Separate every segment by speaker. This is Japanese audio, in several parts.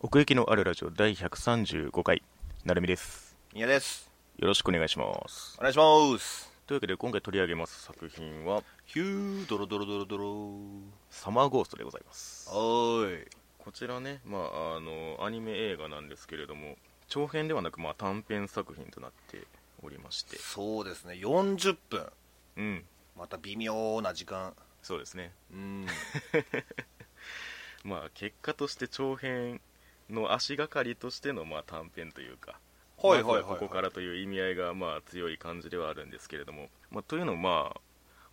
Speaker 1: 奥行きのあるラジオ第135回なるみです
Speaker 2: 宮です
Speaker 1: よろしくお願いします
Speaker 2: お願いします
Speaker 1: というわけで今回取り上げます作品は
Speaker 2: ヒュードロドロドロドロ
Speaker 1: サマーゴーストでございます
Speaker 2: おーい
Speaker 1: こちらねまああのアニメ映画なんですけれども長編ではなくまあ短編作品となっておりまして
Speaker 2: そうですね40分
Speaker 1: うん
Speaker 2: また微妙な時間
Speaker 1: そうですね
Speaker 2: うん
Speaker 1: まあ結果として長編の足がかりとしてのまあ短編というか
Speaker 2: はいはいはいはい
Speaker 1: まずはここからという意味合いがまあ強い感じではあるんですけれども、まあ、というのもまあ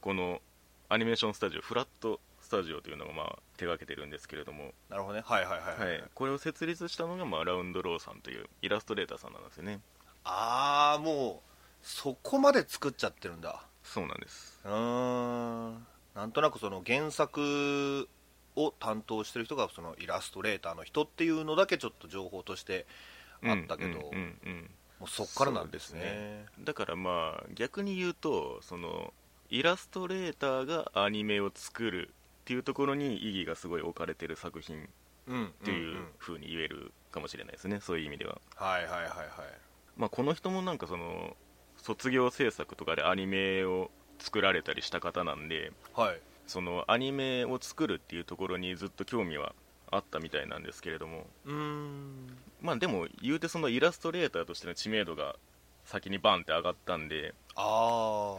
Speaker 1: このアニメーションスタジオフラットスタジオというのがまあ手がけてるんですけれども、
Speaker 2: なるほどねはいはいはい
Speaker 1: はい、これを設立したのがまあラウンドローさんというイラストレーターさんなんですよね
Speaker 2: ああもうそこまで作っちゃってるんだ
Speaker 1: そうなんです
Speaker 2: うーんなんとなくその原作を担当してる人がそのイラストレーターの人っていうのだけちょっと情報としてあったけど、
Speaker 1: うんうんうん
Speaker 2: もうそっからなんですね
Speaker 1: そううんだからまあ逆に言うとそのイラストレーターがアニメを作るっていうところに意義がすごい置かれてる作品
Speaker 2: うんっ
Speaker 1: っていう風に言えるかもしれないですね、そういう意味では、
Speaker 2: はいはいはいはい
Speaker 1: まあ、この人もなんかその卒業制作とかでアニメを作られたりした方なんで
Speaker 2: はい
Speaker 1: そのアニメを作るっていうところにずっと興味はあったみたいなんですけれども
Speaker 2: うーん
Speaker 1: まあでも言うてそのイラストレーターとしての知名度が先にバンって上がったんで
Speaker 2: あ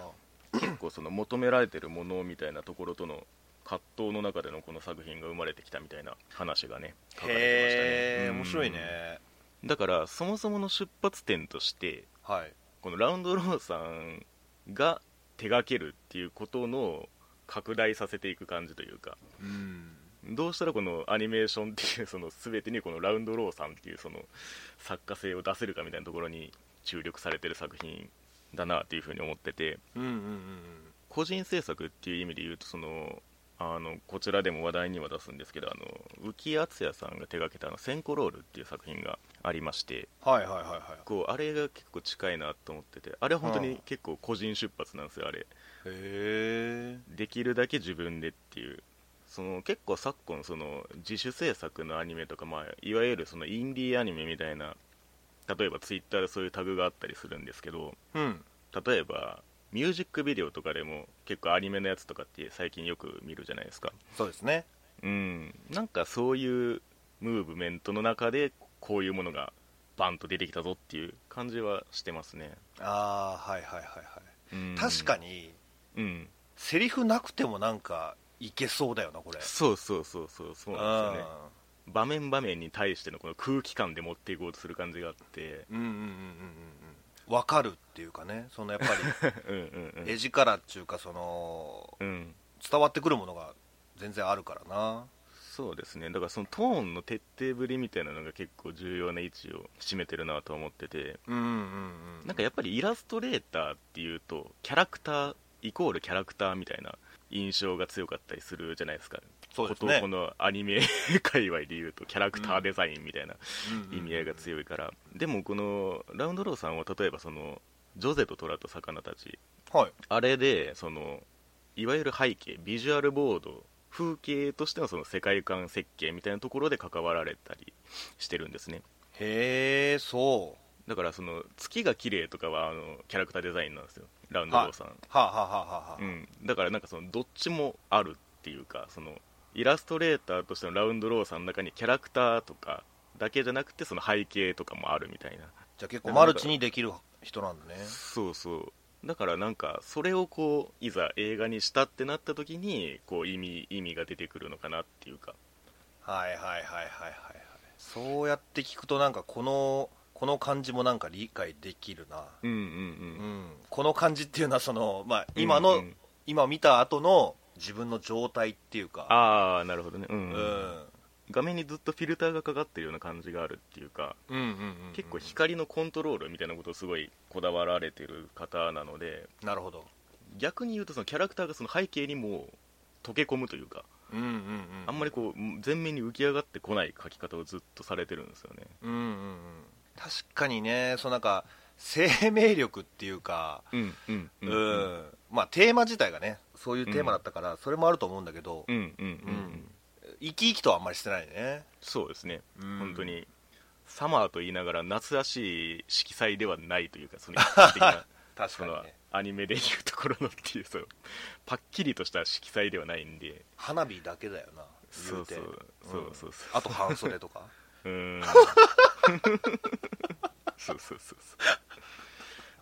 Speaker 2: あ
Speaker 1: 結構その求められてるものみたいなところとの葛藤の中でのこの作品が生まれてきたみたいな話がね書かれてましたね
Speaker 2: へえ
Speaker 1: うん
Speaker 2: 面白いね
Speaker 1: だからそもそもの出発点として
Speaker 2: はい
Speaker 1: このラウンドローさんが手掛けるっていうことの拡大させていく感じというか
Speaker 2: うん
Speaker 1: どうしたらこのアニメーションっていうその全てにこのラウンドローさんっていうその作家性を出せるかみたいなところに注力されてる作品だなっていうふうに思ってて
Speaker 2: うんうんうん
Speaker 1: 個人制作っていう意味で言うとそのあのこちらでも話題には出すんですけどあの浮世敦也さんが手掛けたあの「センコロール」っていう作品がありまして
Speaker 2: はいはいはいは
Speaker 1: こうあれが結構近いなと思っててあれは本当
Speaker 2: うん
Speaker 1: に結構個人出発なんですよあれ
Speaker 2: いへえ
Speaker 1: できるだけ自分でっていうその結構昨今その自主制作のアニメとか、まあ、いわゆるそのインディーアニメみたいな例えばツイッターでそういうタグがあったりするんですけど
Speaker 2: うん
Speaker 1: 例えばミュージックビデオとかでも結構アニメのやつとかって最近よく見るじゃないですか
Speaker 2: そうですね
Speaker 1: うんなんかそういうムーブメントの中でこういうものがバンと出てきたぞっていう感じはしてますね、
Speaker 2: ああはいはいはいはい
Speaker 1: うん
Speaker 2: 確かに
Speaker 1: うん
Speaker 2: セリフなくてもなんかいけそうだよなこれ
Speaker 1: そうそうそうそうそうなんですよね
Speaker 2: あ
Speaker 1: 場面場面に対してのこの空気感で持っていこうとする感じがあ って
Speaker 2: ーうんうんうんうんうんうんわかるっていうかねそのやっぱ
Speaker 1: う
Speaker 2: り
Speaker 1: ん うん
Speaker 2: 絵力っていうかその
Speaker 1: うんうん
Speaker 2: 伝わってくるものが全然あるからな
Speaker 1: そうですねだからそのトーンの徹底ぶりみたいなのが結構重要な位置を占めてるなとは思ってて
Speaker 2: うんうんうん
Speaker 1: なんかやっぱりイラストレーターっていうとキャラクターイコールキャラクターみたいな印象が強かったりするじゃないですか
Speaker 2: そうです
Speaker 1: こと
Speaker 2: ね
Speaker 1: このアニメ界隈で言うとキャラクターデザインみたいな意味合いが
Speaker 2: い
Speaker 1: 強いから、でもこのラウンドローさんは例えばそのジョゼと虎と魚たち
Speaker 2: はい
Speaker 1: あれでそのいわゆる背景ビジュアルボード風景としてのその世界観設計みたいなところで関わられたりしてるんですね
Speaker 2: へえそう
Speaker 1: だからその月が綺麗とかはあのキャラクターデザインなんですよラウンドローさん、
Speaker 2: はあ、はあはあはあ、
Speaker 1: うん、だからなんかそのどっちもあるっていうかそのイラストレーターとしてのラウンドローさんの中にキャラクターとかだけじゃなくてその背景とかもあるみたいな
Speaker 2: じゃあ結構マルチにできる人なんだね
Speaker 1: そうそうだからなんかそれをこういざ映画にしたってなった時にこう意味意味が出てくるのかなっていうか
Speaker 2: はいはいはいはいはいはいそうやって聞くとなんかこのこの感じもなんか理解できるな、
Speaker 1: うんうんう
Speaker 2: うん
Speaker 1: ん
Speaker 2: この感じっていうのはその、まあ、今の、
Speaker 1: うんうん
Speaker 2: 今見た後の自分の状態っていうか
Speaker 1: ああなるほどね、うんうん
Speaker 2: う
Speaker 1: ん画面にずっとフィルターがかかってるような感じがあるっていうか
Speaker 2: うんうんうんうん
Speaker 1: 結構光のコントロールみたいなことをすごいこだわられてる方なので
Speaker 2: なるほど
Speaker 1: 逆に言うとそのキャラクターがその背景にも溶け込むというか
Speaker 2: うんうんうん
Speaker 1: あんまりこう前面に浮き上がってこない描き方をずっとされてるんですよね
Speaker 2: うんうんうん確かにねそのなんか生命力っていうか
Speaker 1: うんうん
Speaker 2: うん
Speaker 1: うんうん
Speaker 2: まあテーマ自体がねそういうテーマだったから、それもあると思うんだけど、
Speaker 1: うんうんうん、
Speaker 2: うん生き生きとはあんまりしてないね
Speaker 1: そうですね、
Speaker 2: うん
Speaker 1: 本当にサマーと言いながら夏らしい色彩ではないというかその一般的な
Speaker 2: 確
Speaker 1: そ
Speaker 2: かに、
Speaker 1: の
Speaker 2: ね、
Speaker 1: アニメでいうところのっていうそうパッキリとした色彩ではないんで
Speaker 2: 花火だけだよな言て
Speaker 1: そうそうそうそうそ
Speaker 2: んあと半袖 とか
Speaker 1: うーんそうそうそうそう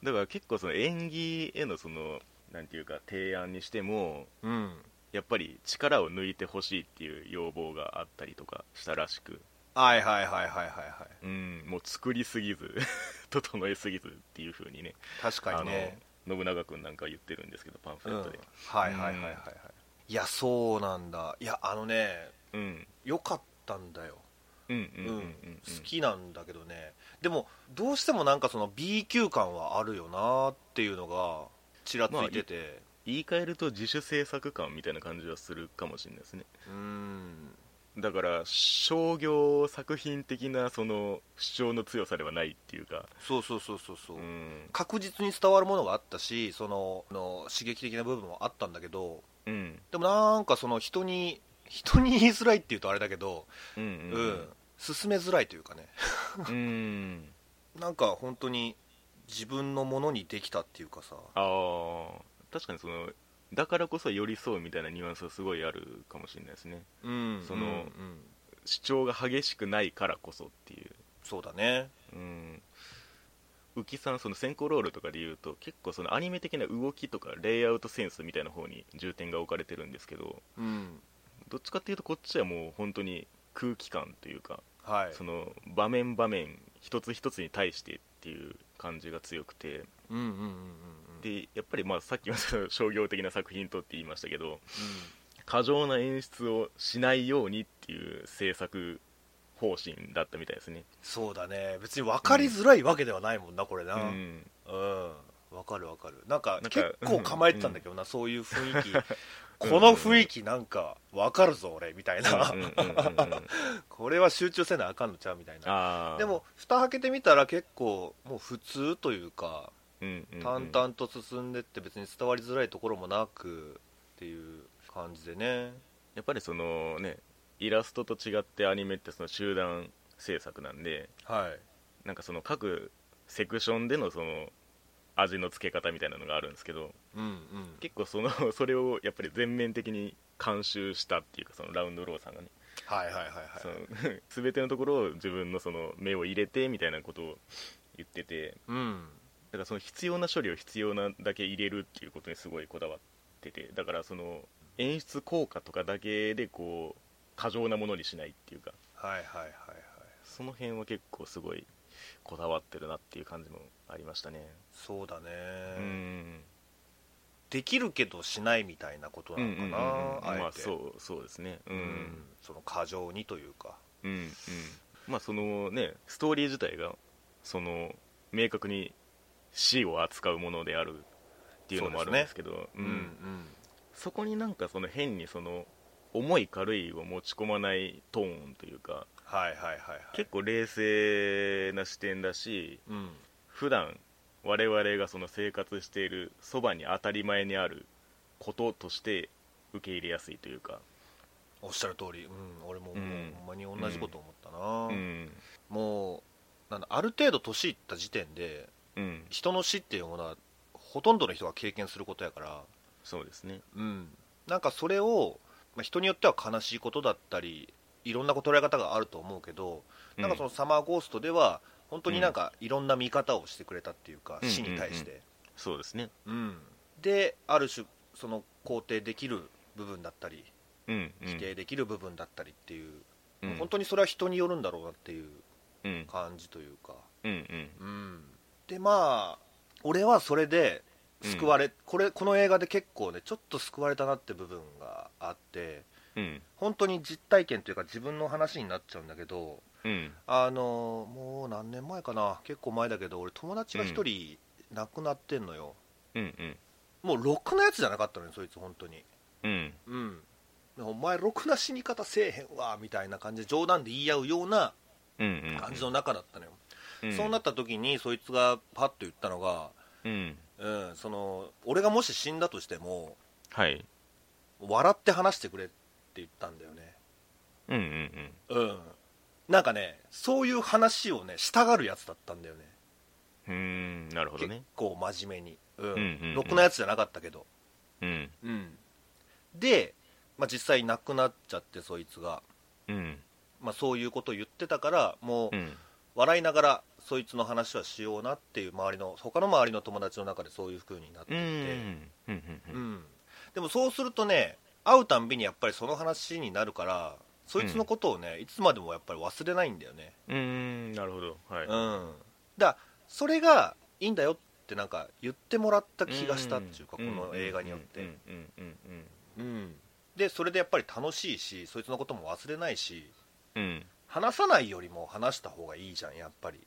Speaker 1: だから結構その演技へのそのなんていうか提案にしても
Speaker 2: うん
Speaker 1: やっぱり力を抜いてほしいっていう要望があったりとかしたらしく
Speaker 2: はいはいはいはいはいはい
Speaker 1: うんもう作りすぎず 整えすぎずっていう風にね
Speaker 2: 確かにね
Speaker 1: あの信長君なんか言ってるんですけどパンフ
Speaker 2: う
Speaker 1: レッ
Speaker 2: んは
Speaker 1: ト
Speaker 2: い
Speaker 1: で
Speaker 2: はいはいはいはいいやそうなんだいやあのね
Speaker 1: うん
Speaker 2: 良かったんだよ
Speaker 1: うん
Speaker 2: う
Speaker 1: うんんうんうん
Speaker 2: 好きなんだけどねでもどうしてもなんかその B 級感はあるよなっていうのがちらついてて、
Speaker 1: 言い換えると自主制作感みたいな感じはするかもしれないですね
Speaker 2: うーん
Speaker 1: だから商業作品的なその主張の強さではないっていうか
Speaker 2: そうそうそうそうそう、
Speaker 1: うん
Speaker 2: 確実に伝わるものがあったしそのあの刺激的な部分もあったんだけど
Speaker 1: うん
Speaker 2: でもなんかその人に人に言いづらいっていうとあれだけど、
Speaker 1: う
Speaker 2: うん
Speaker 1: ん
Speaker 2: 進めづらいというかね
Speaker 1: うんうん
Speaker 2: なんか本当に自分のものにできたっていうかさ
Speaker 1: ああ確かにそのだからこそ寄り添うみたいなニュアンスはすごいあるかもしれないですね
Speaker 2: うん
Speaker 1: その
Speaker 2: うんうん
Speaker 1: 主張が激しくないからこそっていう
Speaker 2: そうだね
Speaker 1: うん浮きさんその先行ロールとかで言うと結構そのアニメ的な動きとかレイアウトセンスみたいな方に重点が置かれてるんですけど
Speaker 2: うん
Speaker 1: どっちかっていうとこっちはもう本当に空気感というか
Speaker 2: はい
Speaker 1: その場面場面一つ一つに対してっていう感じが強くて
Speaker 2: うんうんうんうんうん
Speaker 1: でやっぱりまあさっきもその商業的な作品とって言いましたけど
Speaker 2: うん
Speaker 1: 過剰な演出をしないようにっていう制作方針だったみたいですね
Speaker 2: そうだね別に分かりづらいわけではないもんなこれなう、
Speaker 1: うんん
Speaker 2: 分かる分かるなん
Speaker 1: な
Speaker 2: か
Speaker 1: んか
Speaker 2: 結構構えてたんだけどな、そういう雰囲 気この雰囲気なんか分かるぞ俺みたいな、
Speaker 1: うんうんうんうんうん
Speaker 2: これは集中せなあかんのちゃうみたいな
Speaker 1: あー
Speaker 2: でも蓋開けてみたら結構もう普通というか
Speaker 1: うんうんうん
Speaker 2: 淡々と進んでって別に伝わりづらいところもなくっていう感じでね
Speaker 1: やっぱりそのねイラストと違ってアニメってその集団制作なんで
Speaker 2: はい
Speaker 1: なんかその各セクションでのその味の付け方みたいなのがあるんですけど
Speaker 2: うんうん
Speaker 1: 結構その それをやっぱり全面的に監修したっていうかそのラウンドローさんがね、
Speaker 2: はいはいはいはい
Speaker 1: その 全てのところを自分のその目を入れてみたいなことを言ってて
Speaker 2: うん
Speaker 1: だからその必要な処理を必要なだけ入れるっていうことにすごいこだわっててだからその演出効果とかだけでこう過剰なものにしないっていうか
Speaker 2: はいはいはいはい
Speaker 1: その辺は結構すごいこだわってるなっていう感じもありましたね
Speaker 2: そうだね
Speaker 1: うん
Speaker 2: できるけどしないみたいなことなのかな、あえて、
Speaker 1: まあそうそうですねうん
Speaker 2: うんその過剰にというか
Speaker 1: うんうんまあそのねストーリー自体がその明確に死を扱うものであるっていうのもあるんですけど
Speaker 2: う
Speaker 1: うんそこになんかその変にその重い軽いを持ち込まないトーンというか
Speaker 2: はいはいはいはい
Speaker 1: 結構冷静な視点だし
Speaker 2: うん
Speaker 1: 普段我々がその生活しているそばに当たり前にあることとして受け入れやすいというか、
Speaker 2: おっしゃる通り、うん、俺ももう、
Speaker 1: うん
Speaker 2: ほんまに同じこと思ったな、
Speaker 1: うん
Speaker 2: もうなんだある程度年いった時点で
Speaker 1: うん、
Speaker 2: 人の死っていうものはほとんどの人が経験することやから
Speaker 1: そうですね、
Speaker 2: うんなんかそれを、まあ、人によっては悲しいことだったりいろんな捉え方があると思うけど、なんかその
Speaker 1: の
Speaker 2: サマーゴーストでは本当になんかいろんな見方をしてくれたっていうか、
Speaker 1: うん
Speaker 2: 死に対して、
Speaker 1: そうですね、
Speaker 2: うんである種その肯定できる部分だったり
Speaker 1: うんうん、
Speaker 2: 否定できる部分だったりっていう、
Speaker 1: うん、
Speaker 2: 本当にそれは人によるんだろうなっていう
Speaker 1: うん
Speaker 2: 感じというか、
Speaker 1: うんうん
Speaker 2: うん、でまあ俺はそれで救われ、これこの映画で結構ねちょっと救われたなって部分があって
Speaker 1: うん
Speaker 2: 本当に実体験というか自分の話になっちゃうんだけど、
Speaker 1: うん
Speaker 2: あのもう何年前かな結構前だけど俺友達が一人亡くなってんのよ、
Speaker 1: うんうん
Speaker 2: もうろくなやつじゃなかったのよそいつ本当に
Speaker 1: うん
Speaker 2: うんお前ろくな死に方せえへんわみたいな感じで冗談で言い合うような
Speaker 1: うんうん
Speaker 2: 感じの中だったのよ、
Speaker 1: うん
Speaker 2: そうなった時にそいつがパッと言ったのが、
Speaker 1: うん
Speaker 2: うん、その俺がもし死んだとしても
Speaker 1: はい
Speaker 2: 笑って話してくれって言ったんだよね
Speaker 1: うんうんうん
Speaker 2: うんなんかねそういう話をねしたがるやつだったんだよね
Speaker 1: うーんなるほど
Speaker 2: 結
Speaker 1: ね
Speaker 2: 構真面目にうん
Speaker 1: うんうんうん
Speaker 2: ろくなやつじゃなかったけど
Speaker 1: うん
Speaker 2: うんで、まあ、実際亡くなっちゃってそいつが、
Speaker 1: うん
Speaker 2: まあ、そういうことを言ってたからも
Speaker 1: う
Speaker 2: う
Speaker 1: ん
Speaker 2: 笑いながらそいつの話はしようなっていう周りの他の周りの友達の中でそういう風になって
Speaker 1: う
Speaker 2: い
Speaker 1: ん
Speaker 2: て、
Speaker 1: うんうんう
Speaker 2: うんん、でもそうするとね会うたんびにやっぱりその話になるからそいつのことをね、いつまでもやっぱり忘れないんだよね
Speaker 1: うーんなるほどはい
Speaker 2: うんだそれがいいんだよってなんか言ってもらった気がしたっていうか、
Speaker 1: ん
Speaker 2: この映画によって、
Speaker 1: うんうんうん
Speaker 2: うんでそれでやっぱり楽しいしそいつのことも忘れないし
Speaker 1: うんうん
Speaker 2: 話さないよりも話した方がいいじゃんやっぱりっ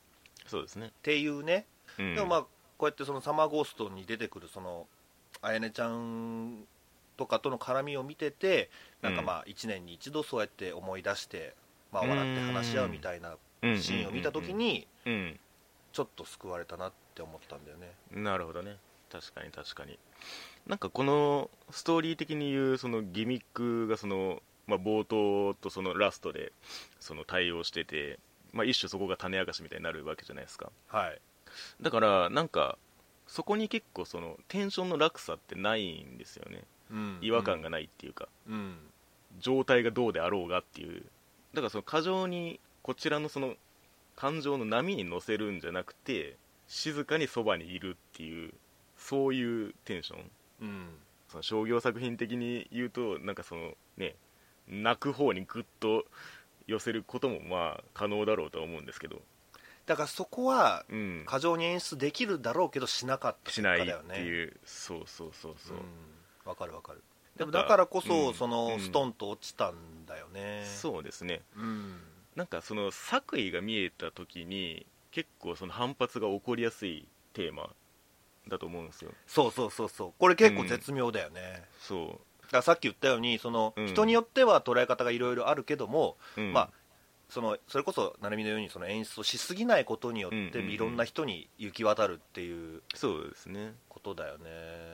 Speaker 1: そうですね
Speaker 2: ていうね
Speaker 1: で
Speaker 2: でもまあこうやってそのサマーゴーストに出てくるそのあやねちゃんとかとの絡みを見ててなんかまあ1年に一度そうやって思い出して、まあ、笑って話し合うみたいな
Speaker 1: あ
Speaker 2: シーンを見た時に
Speaker 1: うん
Speaker 2: ちょっと救われたなって思ったんだよね
Speaker 1: なるほどね確かに確かになんかこのストーリー的に言うそのギミックがその、まあ、冒頭とそのラストでその対応してて、まあ、一種そこが種明かしみたいになるわけじゃないですか
Speaker 2: はい
Speaker 1: だからなんかそこに結構そのテンションの落差ってないんですよね
Speaker 2: うん
Speaker 1: 違和感がないっていうか、
Speaker 2: うん
Speaker 1: 状態がどうであろうがっていうだからその過剰にこちらのその感情の波に乗せるんじゃなくて静かにそばにいるっていうそういうテンション
Speaker 2: うん
Speaker 1: その商業作品的に言うとなんかそのね泣く方にグッと寄せることもまあ可能だろうとは思うんですけど、
Speaker 2: だからそこは
Speaker 1: うん、
Speaker 2: 過剰に演出できるだろうけどしなかった
Speaker 1: しない
Speaker 2: 結果
Speaker 1: っ
Speaker 2: だ
Speaker 1: て
Speaker 2: よね
Speaker 1: いう、そうそうそうそう、
Speaker 2: うんわかるわかるでも
Speaker 1: なん
Speaker 2: だ
Speaker 1: か
Speaker 2: からこそ、
Speaker 1: うん
Speaker 2: そ
Speaker 1: う
Speaker 2: の
Speaker 1: ん
Speaker 2: ストンと落ちたんだよね、
Speaker 1: そうですね
Speaker 2: うん
Speaker 1: なんかその作為が見えた時に結構その反発が起こりやすいテーマだと思うんですよ
Speaker 2: そうそうそうそうこれ結構絶妙だよね、
Speaker 1: そ
Speaker 2: だからさっき言ったようにその、
Speaker 1: うん
Speaker 2: 人によっては捉え方がいろいろあるけども、
Speaker 1: う、うん
Speaker 2: まあそのそれこそ成美のようにその演出をしすぎないことによ
Speaker 1: うん
Speaker 2: っ
Speaker 1: う
Speaker 2: て
Speaker 1: んうん
Speaker 2: いろんな人に行き渡るっていう
Speaker 1: そうですね
Speaker 2: ことだよね、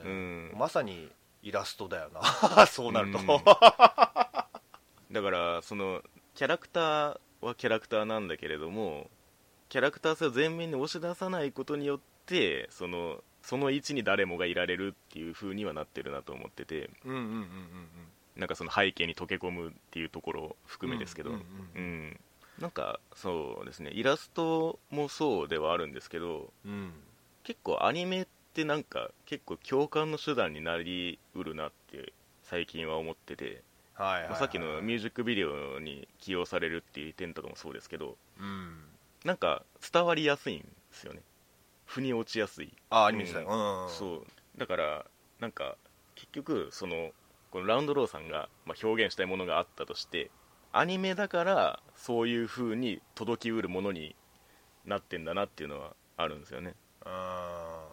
Speaker 1: うん
Speaker 2: まさにイラストだよ なそうなると、
Speaker 1: うんだからそのキャラクターはキャラクターなんだけれどもキャラクター性を前面に押し出さないことによってそのその位置に誰もがいられるっていう風にはなってるなと思ってて
Speaker 2: うんうんうんうんうん
Speaker 1: なんかその背景に溶け込むっていうところを含めですけど、
Speaker 2: うんうんうん
Speaker 1: なんかそうですねイラストもそうではあるんですけど
Speaker 2: うん
Speaker 1: 結構アニメってなんか結構共感の手段になりうるなって最近は思ってて、
Speaker 2: はいはいはい
Speaker 1: まあさっきのミュージックビデオに起用されるっていう点とかもそうですけど
Speaker 2: うん
Speaker 1: なんか伝わりやすいんですよね腑に落ちやすい、
Speaker 2: あアニメ時代、う
Speaker 1: うんそうだからなんか結局そのこのラウンドローさんが、まあ、表現したいものがあったとしてアニメだからそういう風に届きうるものになってんだなっていうのはあるんですよね
Speaker 2: うーんは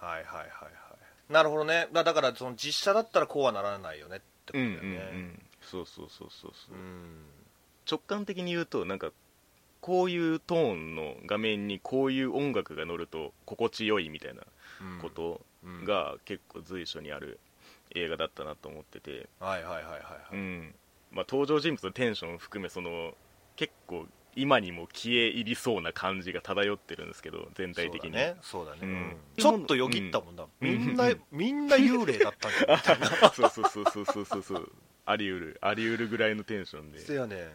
Speaker 2: いはいはいはいなるほどねだだからその実写だったらこうはならないよねってことだよね
Speaker 1: そうそうそうそうそう、
Speaker 2: うん
Speaker 1: 直感的に言うとなんかこういうトーンの画面にこういう音楽が乗ると心地よいみたいな
Speaker 2: うん
Speaker 1: こと
Speaker 2: うん
Speaker 1: が結構随所にある映画だったなと思ってて、
Speaker 2: はいはいはいはいは
Speaker 1: う
Speaker 2: い
Speaker 1: んまあ、登場人物のテンションを含めその結構今にも消え入りそうな感じが漂ってるんですけど全体的に、
Speaker 2: そうだねそうだね、
Speaker 1: うん
Speaker 2: うんちょっとよぎったもんだ、
Speaker 1: うん
Speaker 2: みんな
Speaker 1: うん
Speaker 2: みんな幽霊だったんじゃないみた いな
Speaker 1: そうそうそうそうそうそうそうあり得るあり得るぐらいのテンションで
Speaker 2: せやね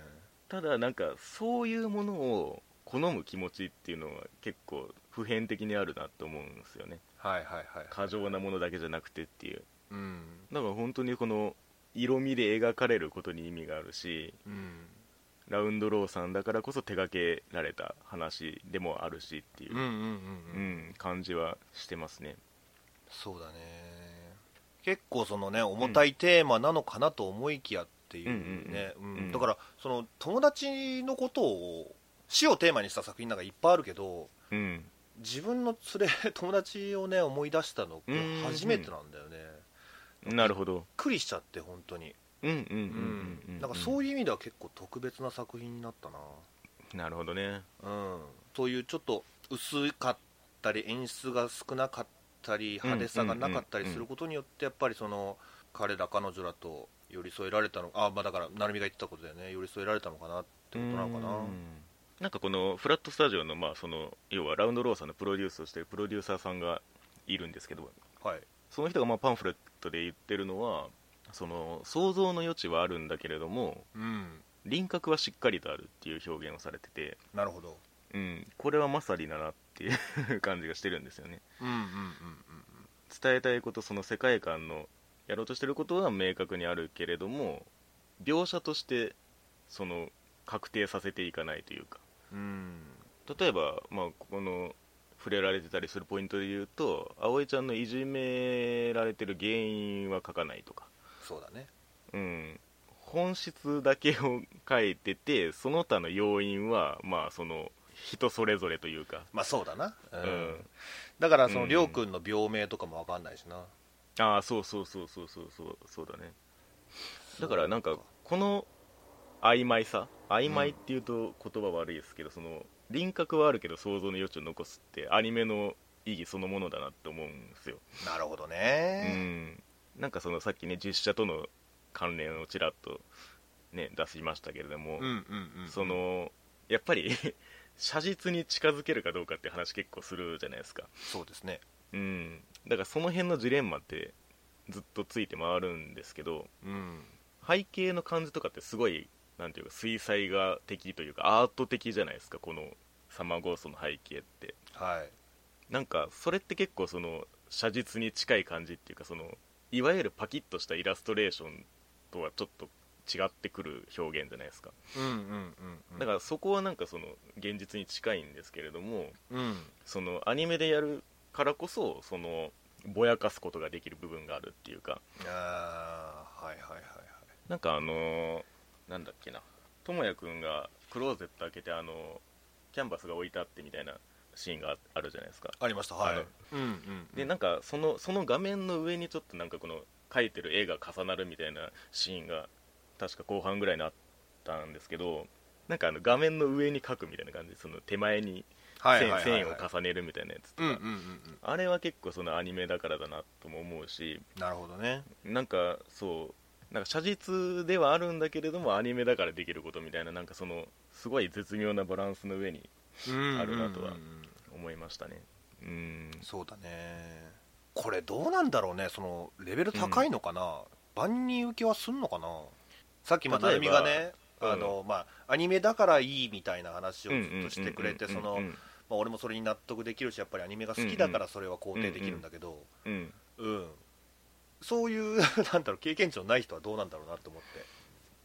Speaker 1: ただなんかそういうものを好む気持ちっていうのは結構普遍的にあるなと思うんですよね
Speaker 2: はいはいはい
Speaker 1: 過剰なものだけじゃなくてっていう
Speaker 2: うん
Speaker 1: だから本当にこの色味で描かれることに意味があるし
Speaker 2: うん
Speaker 1: ラウンドローさんだからこそ手掛けられた話でもあるしっていう
Speaker 2: うんう、んうんうん、
Speaker 1: うん感じはしてますね
Speaker 2: そうだね結構そのね重たいテーマなのかなと思いきやっていうね
Speaker 1: うんうんうん
Speaker 2: うん
Speaker 1: うん
Speaker 2: だからその友達のことを死をテーマにした作品なんかいっぱいあるけど
Speaker 1: うん
Speaker 2: 自分の連れ 友達をね思い出したの
Speaker 1: うんうんうん
Speaker 2: 初めてなんだよねびっ
Speaker 1: なるほど
Speaker 2: くりしちゃって本当に
Speaker 1: うんうんうんうんうん
Speaker 2: なんかそう
Speaker 1: い
Speaker 2: いう意味では結構特別な作品になったな
Speaker 1: うなるほどね
Speaker 2: うんそういうちょっと薄かったり演出が少なかった
Speaker 1: ん
Speaker 2: り派手さがなかったり
Speaker 1: うん
Speaker 2: することによってやっぱりその彼ら彼女らと寄り添えられたのあまあだから成美が言ってたことだよね寄り添えられたのかなってことなのかな
Speaker 1: うんなんかこのフラットスタジオの,、まあその要はラウンドローさんのプロデュースをしてるプロデューサーさんがいるんですけど
Speaker 2: はい
Speaker 1: その人がまあパンフレットで言ってるのはその想像の余地はあるんだけれども
Speaker 2: うん
Speaker 1: 輪郭はしっかりとあるっていう表現をされてて、
Speaker 2: なるほど
Speaker 1: うん、これはまさにだなっていう 感じがしてるんですよね
Speaker 2: うんうんうん
Speaker 1: 伝えたいことその世界観のやろうとしてることは明確にあるけれども描写としてその確定させていかないというか
Speaker 2: うんうん
Speaker 1: 例えば、まあ、ここの触れられてたりするポイントで言うと葵ちゃんのいじめられてる原因は書かないとか、
Speaker 2: そうだね
Speaker 1: うん、本質だけを書いててその他の要因はまあその人それぞれというか、
Speaker 2: まあそうだな、うん
Speaker 1: うん
Speaker 2: だからその
Speaker 1: うん
Speaker 2: 亮君の病名とかも分かんないしな
Speaker 1: ああそうそうそうそうそうそうそうだねだからなんかこの曖昧さ曖昧っていうと言葉悪いですけど、その輪郭はあるけど想像の余地を残すってアニメの意義そのものだなって思うんですよ
Speaker 2: なるほど
Speaker 1: う
Speaker 2: ね、
Speaker 1: んなんかそのさっきね実写との関連をちらっとね出しましたけれども、
Speaker 2: うん、うんうん
Speaker 1: そのやっぱり 写実に近づけるかどうかって話結構するじゃないですか
Speaker 2: そうですね
Speaker 1: うんだからその辺のジレンマってずっとついて回るんですけど
Speaker 2: うん
Speaker 1: 背景の感じとかってすごいなんていうか水彩画的というかアート的じゃないですかこのサマーゴーストの背景って
Speaker 2: はい
Speaker 1: なんかそれって結構その写実に近い感じっていうかそのいわゆるパキッとしたイラストレーションとはちょっと違ってくる表現じゃないですか
Speaker 2: うんうんうんうん
Speaker 1: だからそこはなんかその現実に近いんですけれども
Speaker 2: うん
Speaker 1: そのアニメでやるからこそそのぼやかすことができる部分があるっていうか
Speaker 2: ああはいはいはいはい
Speaker 1: なんかあのーなんだっけなともやくんがクローゼット開けてあのーキャンバスが置いてあってみたいなシーンがああるじゃないですか
Speaker 2: ありましたはい
Speaker 1: あの
Speaker 2: うんうん
Speaker 1: で
Speaker 2: な
Speaker 1: なんかそのその画面の上にちょっとなんかこの描いてる絵が重なるみたいなシーンが確か後半ぐらいにあったんですけどなんかあの画面の上に描くみたいな感じその手前に
Speaker 2: はいはい
Speaker 1: 線
Speaker 2: はい
Speaker 1: 線
Speaker 2: は
Speaker 1: を
Speaker 2: い
Speaker 1: 重ねるみたいなやつと
Speaker 2: うんうんう
Speaker 1: か
Speaker 2: んうん
Speaker 1: あれは結構そのアニメだからだなとも思うし
Speaker 2: なるほどね
Speaker 1: なんかそうなんか写実ではあるんだけれどもアニメだからできることみたいななんかそのすごい絶妙なバランスの上に
Speaker 2: あ
Speaker 1: あるなとは
Speaker 2: うんうんうん
Speaker 1: 思いましたねうん
Speaker 2: そうだねこれどうなんだろうねそのレベル高いのかな、万人受けはすんのかなさっきまあ
Speaker 1: 例えば
Speaker 2: 成美がね
Speaker 1: うん
Speaker 2: あの、まあ、アニメだからいいみたいな話を
Speaker 1: うん
Speaker 2: ずっとしてくれて
Speaker 1: うん
Speaker 2: その
Speaker 1: う
Speaker 2: ま
Speaker 1: ん
Speaker 2: あ俺もそれに納得できるしやっぱりアニメが好きだからそれは肯定できるんだけど
Speaker 1: うん
Speaker 2: うんそういう なんだろう経験値のない人はどうなんだろうなと思って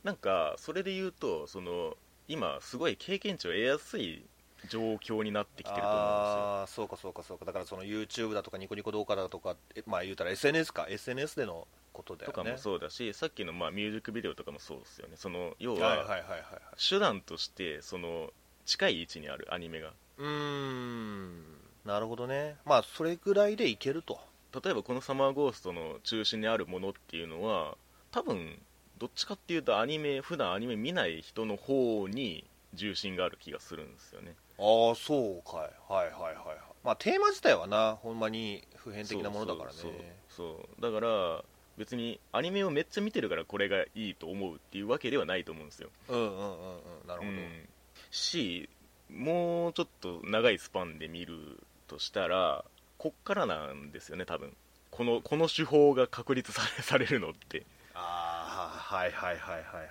Speaker 1: なんかそれで言うとその今すごい経験値を得やすい状況になってきてると思うん
Speaker 2: ああーそうかそうかそうかだからその YouTube だとかニコニコ動画だとかえまあ言うたら SNS か SNS でのこと
Speaker 1: ですよ
Speaker 2: だ
Speaker 1: と
Speaker 2: よ
Speaker 1: か
Speaker 2: ね
Speaker 1: もそうだしさっきのまあミュージックビデオとかもそうですよねその要
Speaker 2: はいはい
Speaker 1: は
Speaker 2: はいはいはい
Speaker 1: 手段としてその近い位置にあるアニメが
Speaker 2: うーんなるほどねまあそれぐらいでいけると
Speaker 1: 例えばこの「サマーゴースト」の中心にあるものっていうのは多分どっちかっていうとアニメ普段アニメ見ない人の方に重心がある気がするんですよね
Speaker 2: ああそうかいはいはいはいはいまあテーマ自体はなほんまに普遍的なものだからね
Speaker 1: そうそうそうだから別にアニメをめっちゃ見てるからこれがいいと思うっていうわけではないと思うんですよ、
Speaker 2: うんうんうんうんなるほど、
Speaker 1: うんしもうちょっと長いスパンで見るとしたらこっからなんですよね多分このこの手法が確立され されるのって
Speaker 2: ああはいはいはいはいはいはい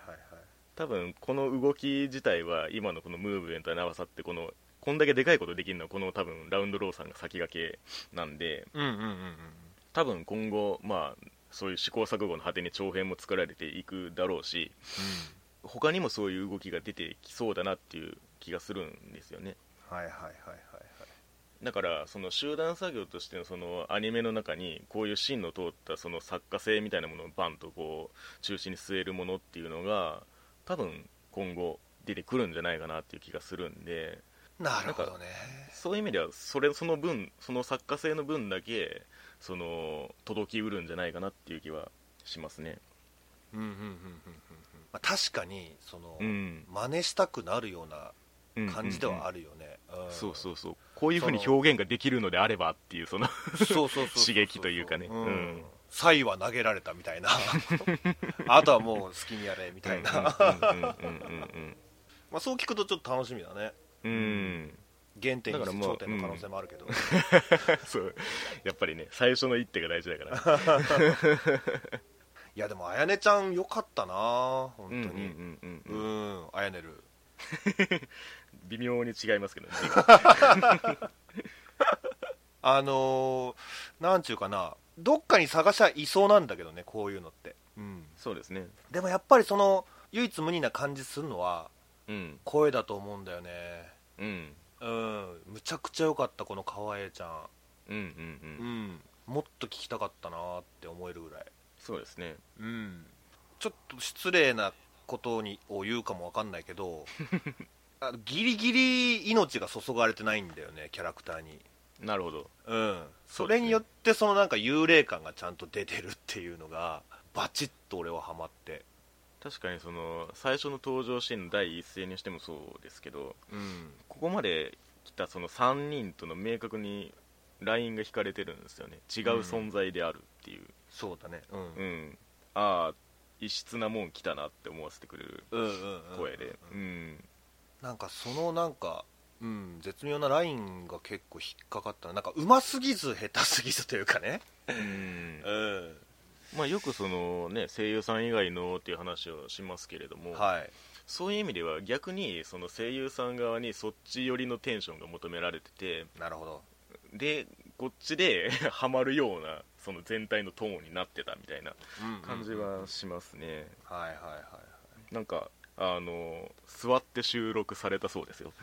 Speaker 1: 多分この動き自体は今のこのムーブメントに合わさってこのこんだけでかいことできるのはこの多分ラウンドローさんが先駆けなんで
Speaker 2: うんうんうんうん
Speaker 1: 多分今後まあそういう試行錯誤の果てに長編も作られていくだろうし他にもそういう動きが出てきそうだなっていう気がするんですよね
Speaker 2: はいはいはいはいはい
Speaker 1: だからその集団作業としてのそのアニメの中にこういう芯の通ったその作家性みたいなものをバンとこう中心に据えるものっていうのが多分今後出てくるんじゃないかなっていう気がするんで
Speaker 2: なるほどね
Speaker 1: そういう意味ではそれその分その作家性の分だけその届きうるんじゃないかなっていう気はしますね
Speaker 2: うんうんうんうんうんうんまあ確かにその、
Speaker 1: うん
Speaker 2: 真似したくなるような感じではあ
Speaker 1: る、
Speaker 2: るよね、
Speaker 1: うんんそうそうそうこういうふうに表現ができるのであればっていうその
Speaker 2: そうそうそうそう
Speaker 1: 刺激というかね
Speaker 2: うん
Speaker 1: うん
Speaker 2: サイは投げられたみ たいなあとはもう好きにやれみたいな、
Speaker 1: うんうんうん
Speaker 2: まあ、そう聞くとちょっと楽しみだね
Speaker 1: うんうん
Speaker 2: 原点
Speaker 1: だ
Speaker 2: に
Speaker 1: からもう
Speaker 2: 頂点の可能性もあるけど、
Speaker 1: そうやっぱりね最初の一手が大事だから
Speaker 2: いやでもあやねちゃんよかったな本当
Speaker 1: うんうん
Speaker 2: に
Speaker 1: うんう
Speaker 2: う
Speaker 1: んうん
Speaker 2: んあやねる
Speaker 1: 微妙に違いますけどね
Speaker 2: あのー、なんちゅうかなどっかに探しはいそうなんだけどねこういうのって、うん、
Speaker 1: そうですね
Speaker 2: でもやっぱりその唯一無二な感じするのは
Speaker 1: うん
Speaker 2: 声だと思うんだよね
Speaker 1: うん
Speaker 2: うんむちゃくちゃ良かったこの川栄ちゃ
Speaker 1: うんうん
Speaker 2: ん、
Speaker 1: う
Speaker 2: うんん、もっと聞きたかったなって思えるぐらい
Speaker 1: そうですね
Speaker 2: うんちょっと失礼なことにを言うかもわかんないけどあのギリギリ命が注がれてないんだよねキャラクターに
Speaker 1: なるほど
Speaker 2: うん
Speaker 1: そ
Speaker 2: そう
Speaker 1: ですね
Speaker 2: れによってそのなんか幽霊感がちゃんと出てるっていうのがバチッと俺はハマって
Speaker 1: 確かにその最初の登場シーンの第一声にしてもそうですけど
Speaker 2: うん
Speaker 1: ここまで来たその3人との明確にラインが引かれてるんですよね違う存在であるっていう、
Speaker 2: そうだねうん
Speaker 1: うんああ異質なもん来たなって思わせてくれる
Speaker 2: うんうんうん
Speaker 1: 声でうん、
Speaker 2: なんかそのなんかうん絶妙なラインが結構引っかかったななんかうますぎず下手すぎずというかね
Speaker 1: うん
Speaker 2: うん
Speaker 1: まあ、よくその、ね、声優さん以外のっていう話をしますけれども、
Speaker 2: はい
Speaker 1: そういう意味では逆にその声優さん側にそっち寄りのテンションが求められてて
Speaker 2: なるほど
Speaker 1: でこっちで ハマるようなその全体のトーンになってたみたいな感じはしますね、
Speaker 2: はいはいはい
Speaker 1: なんかあの座って収録されたそうですよ、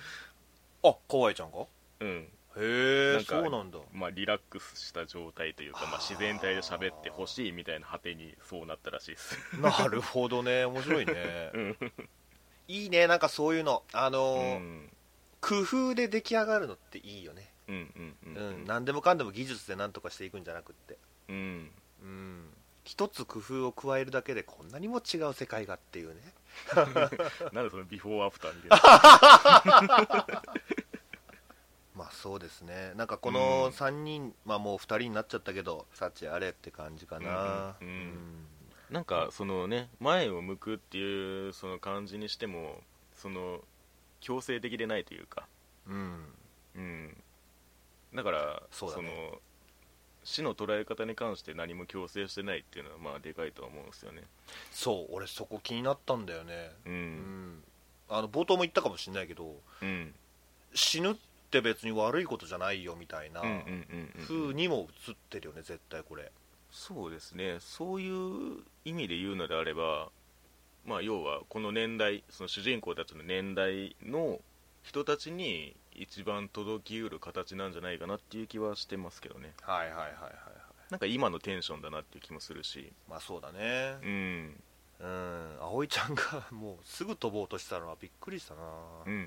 Speaker 2: あ河合ちゃんか
Speaker 1: うん
Speaker 2: へ
Speaker 1: な
Speaker 2: え
Speaker 1: ん
Speaker 2: そ
Speaker 1: か
Speaker 2: うなんだ
Speaker 1: まあ、リラックスした状態というか、まあ、自然体で喋ってほしいみたいな果てにそうなったらしいです、
Speaker 2: なるほどね面白いね
Speaker 1: うん
Speaker 2: いいねなんかそういうのあの
Speaker 1: う
Speaker 2: ー
Speaker 1: ん、
Speaker 2: 工夫で出来上がるのっていいよね
Speaker 1: うんうんうん
Speaker 2: うん、何でもかんでも技術で何とかしていくんじゃなくって
Speaker 1: うん
Speaker 2: うん一つ工夫を加えるだけでこんなにも違う世界がっていうね
Speaker 1: なんでそのビフォーアフターみたいな
Speaker 2: まあそうですねなんかこ
Speaker 1: う
Speaker 2: の
Speaker 1: ん
Speaker 2: 3人、まあもう2人になっちゃったけど幸あれって感じかな
Speaker 1: うんうんうん なんかそのね前を向くっていうその感じにしてもその強制的でないというか
Speaker 2: うんうん
Speaker 1: うんだから
Speaker 2: そうだね
Speaker 1: の死の捉え方に関して何も強制してないっていうのはまあでかいとは思うんですよね
Speaker 2: そう俺そこ気になったんだよね
Speaker 1: う
Speaker 2: うん、
Speaker 1: ん
Speaker 2: あの冒頭も言ったかもしれないけど
Speaker 1: うん
Speaker 2: 死ぬって別に悪いことじゃないよみたいな
Speaker 1: うんうんうんうん
Speaker 2: 風にも映ってるよね絶対これ
Speaker 1: そうですねそういう意味で言うのであればまあ要はこの年代その主人公たちの年代の人たちに一番届きうる形なんじゃないかなっていう気はしてますけどね
Speaker 2: はいはいはいはいはい
Speaker 1: なんか今のテンションだなっていう気もするし
Speaker 2: まあそうだね
Speaker 1: うん
Speaker 2: うん葵ちゃんがもうすぐ飛ぼうとしてたのはびっくりしたな
Speaker 1: うんうん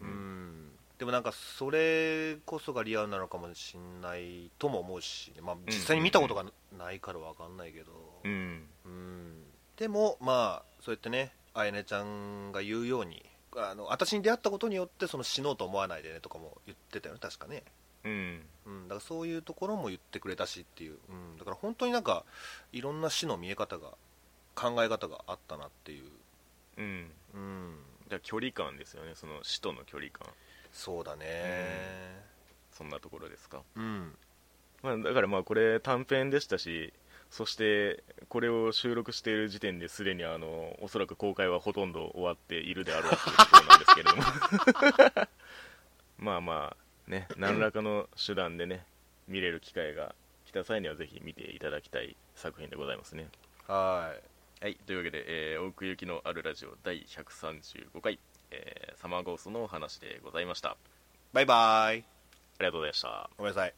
Speaker 2: う、
Speaker 1: うんん
Speaker 2: でもなんかそれこそがリアルなのかもしんないとも思うし、まあ、実際に見たことがないからわかんないけど
Speaker 1: うんうん
Speaker 2: うんでもまあそうやってねあやねちゃんが言うようにあの私に出会ったことによってその死のうと思わないでねとかも言ってたよね確かね
Speaker 1: うん
Speaker 2: うん、だからそういうところも言ってくれたしっていう、うん、だから本当になんかいろんな死の見え方が考え方があったなっていう、
Speaker 1: うん
Speaker 2: うん、
Speaker 1: だから距離感ですよねその死との距離感
Speaker 2: そうだね
Speaker 1: そんなところですか、
Speaker 2: うん、
Speaker 1: まあ、だからまあこれ短編でしたしそしてこれを収録している時点ですでにあのおそらく公開はほとんど終わっているであろうというところなんですけれども まあまあね何らかの手段でね見れる機会が来た際にはぜひ見ていただきたい作品でございますね
Speaker 2: はい
Speaker 1: はい、というわけで、えー奥行きのあるラジオ第135回、えーサマーゴーストのお話でございました。あ
Speaker 2: バイバイ
Speaker 1: りがとうございました。
Speaker 2: ごめんなさい